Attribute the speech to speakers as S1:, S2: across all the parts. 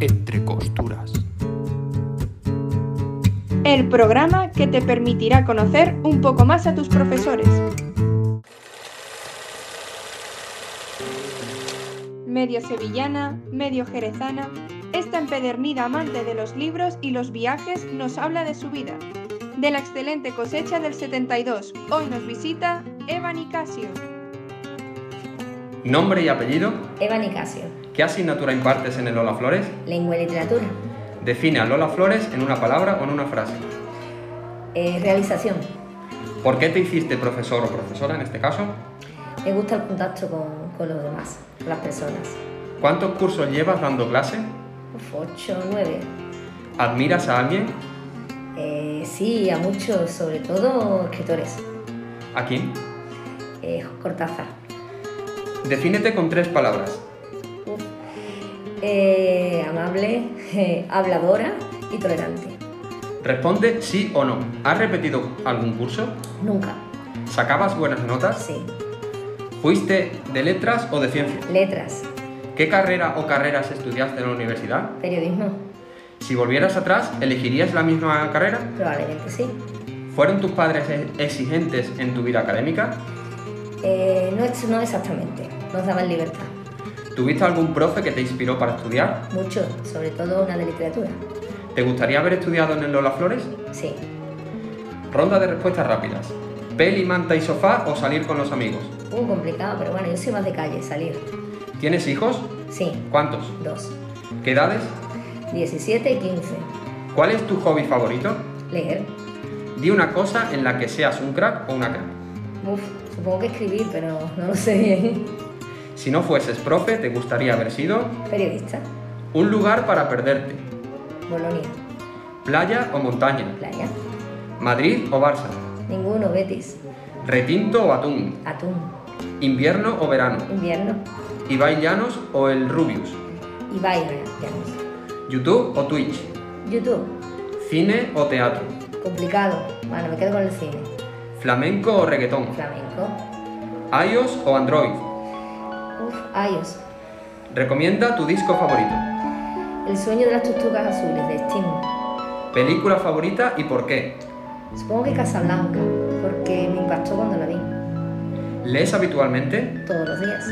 S1: Entre Costuras.
S2: El programa que te permitirá conocer un poco más a tus profesores. Medio sevillana, medio jerezana, esta empedernida amante de los libros y los viajes nos habla de su vida. De la excelente cosecha del 72, hoy nos visita Eva Nicasio.
S1: Nombre y apellido.
S3: Eva Nicasio,
S1: ¿Qué asignatura impartes en el Lola Flores?
S3: lengua y literatura.
S1: Define a Lola Flores en una palabra o en una frase.
S3: Eh, realización.
S1: ¿Por qué te hiciste profesor o profesora en este caso?
S3: Me gusta el contacto con, con los demás, con las personas.
S1: ¿Cuántos cursos llevas dando clase?
S3: Uf, ocho, nueve.
S1: ¿Admiras a alguien?
S3: Eh, sí, a muchos, sobre todo escritores.
S1: ¿A quién?
S3: Eh, Cortázar.
S1: Defínete con tres palabras.
S3: Uf. Eh, amable, eh, habladora y tolerante.
S1: Responde sí o no. ¿Has repetido algún curso?
S3: Nunca.
S1: ¿Sacabas buenas notas?
S3: Sí.
S1: ¿Fuiste de letras o de ciencias?
S3: Letras.
S1: ¿Qué carrera o carreras estudiaste en la universidad?
S3: Periodismo.
S1: Si volvieras atrás, ¿elegirías la misma carrera?
S3: Probablemente sí.
S1: ¿Fueron tus padres e- exigentes en tu vida académica?
S3: Eh, no, es- no exactamente. Nos daban libertad.
S1: ¿Tuviste algún profe que te inspiró para estudiar?
S3: Mucho, sobre todo una de literatura.
S1: ¿Te gustaría haber estudiado en el Lola Flores?
S3: Sí.
S1: Ronda de respuestas rápidas. ¿Peli, manta y sofá o salir con los amigos?
S3: Un complicado, pero bueno, yo soy más de calle, salir.
S1: ¿Tienes hijos?
S3: Sí.
S1: ¿Cuántos?
S3: Dos.
S1: ¿Qué edades?
S3: 17 y 15.
S1: ¿Cuál es tu hobby favorito?
S3: Leer.
S1: Di una cosa en la que seas un crack o una crack.
S3: Uf, supongo que escribir, pero no lo sé bien.
S1: Si no fueses profe, te gustaría haber sido
S3: Periodista.
S1: un lugar para perderte.
S3: Bolonia.
S1: ¿Playa o montaña?
S3: Playa.
S1: ¿Madrid o Barça?
S3: Ninguno. Betis.
S1: ¿Retinto o atún?
S3: Atún.
S1: ¿Invierno o verano?
S3: Invierno.
S1: ¿Ibai Llanos o el Rubius?
S3: Y Bayern. digamos.
S1: ¿YouTube o Twitch?
S3: YouTube.
S1: ¿Cine o teatro?
S3: Complicado. Bueno, me quedo con el cine.
S1: ¿Flamenco o reggaetón?
S3: Flamenco.
S1: ¿iOS o Android?
S3: Uf, Ayos.
S1: Recomienda tu disco favorito.
S3: El sueño de las tortugas azules de Steam.
S1: ¿Película favorita y por qué?
S3: Supongo que Casablanca, porque me impactó cuando la vi.
S1: ¿Lees habitualmente?
S3: Todos los días.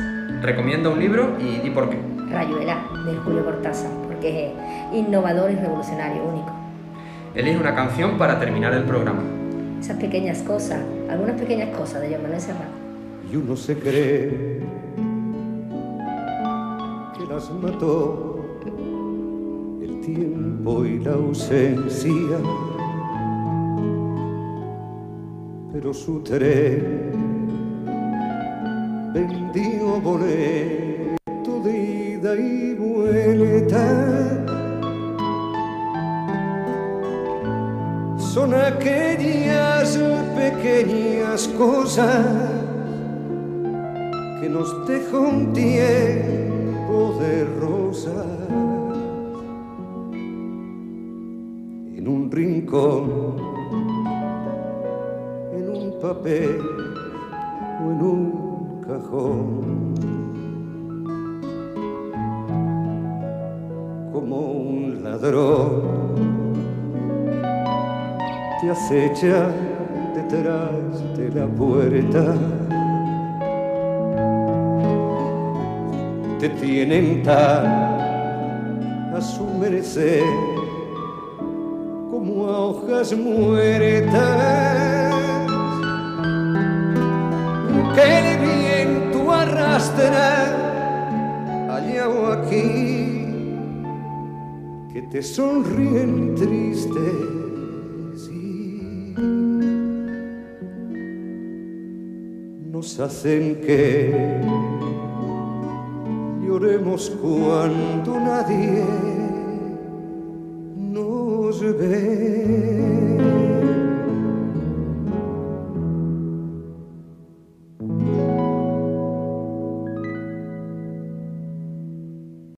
S1: Recomienda un libro y di por qué.
S3: Rayuela, de Julio Cortázar, porque es innovador y revolucionario, único.
S1: Elige una canción para terminar el programa.
S3: Esas pequeñas cosas, algunas pequeñas cosas de Joan Manuel Serrat.
S4: y uno se cree que las mató el tiempo y la ausencia, pero su tren vendió boleto de ida y vuelta. Son aquellas pequeñas cosas que nos deja un tiempo de rosa en un rincón, en un papel o en un cajón. Como un ladrón te acecha detrás de la puerta. te tienen tan a su merecer como a hojas muertas que el viento arrastra allá o aquí que te sonríen tristes y nos hacen que lloremos cuando nadie nos ve.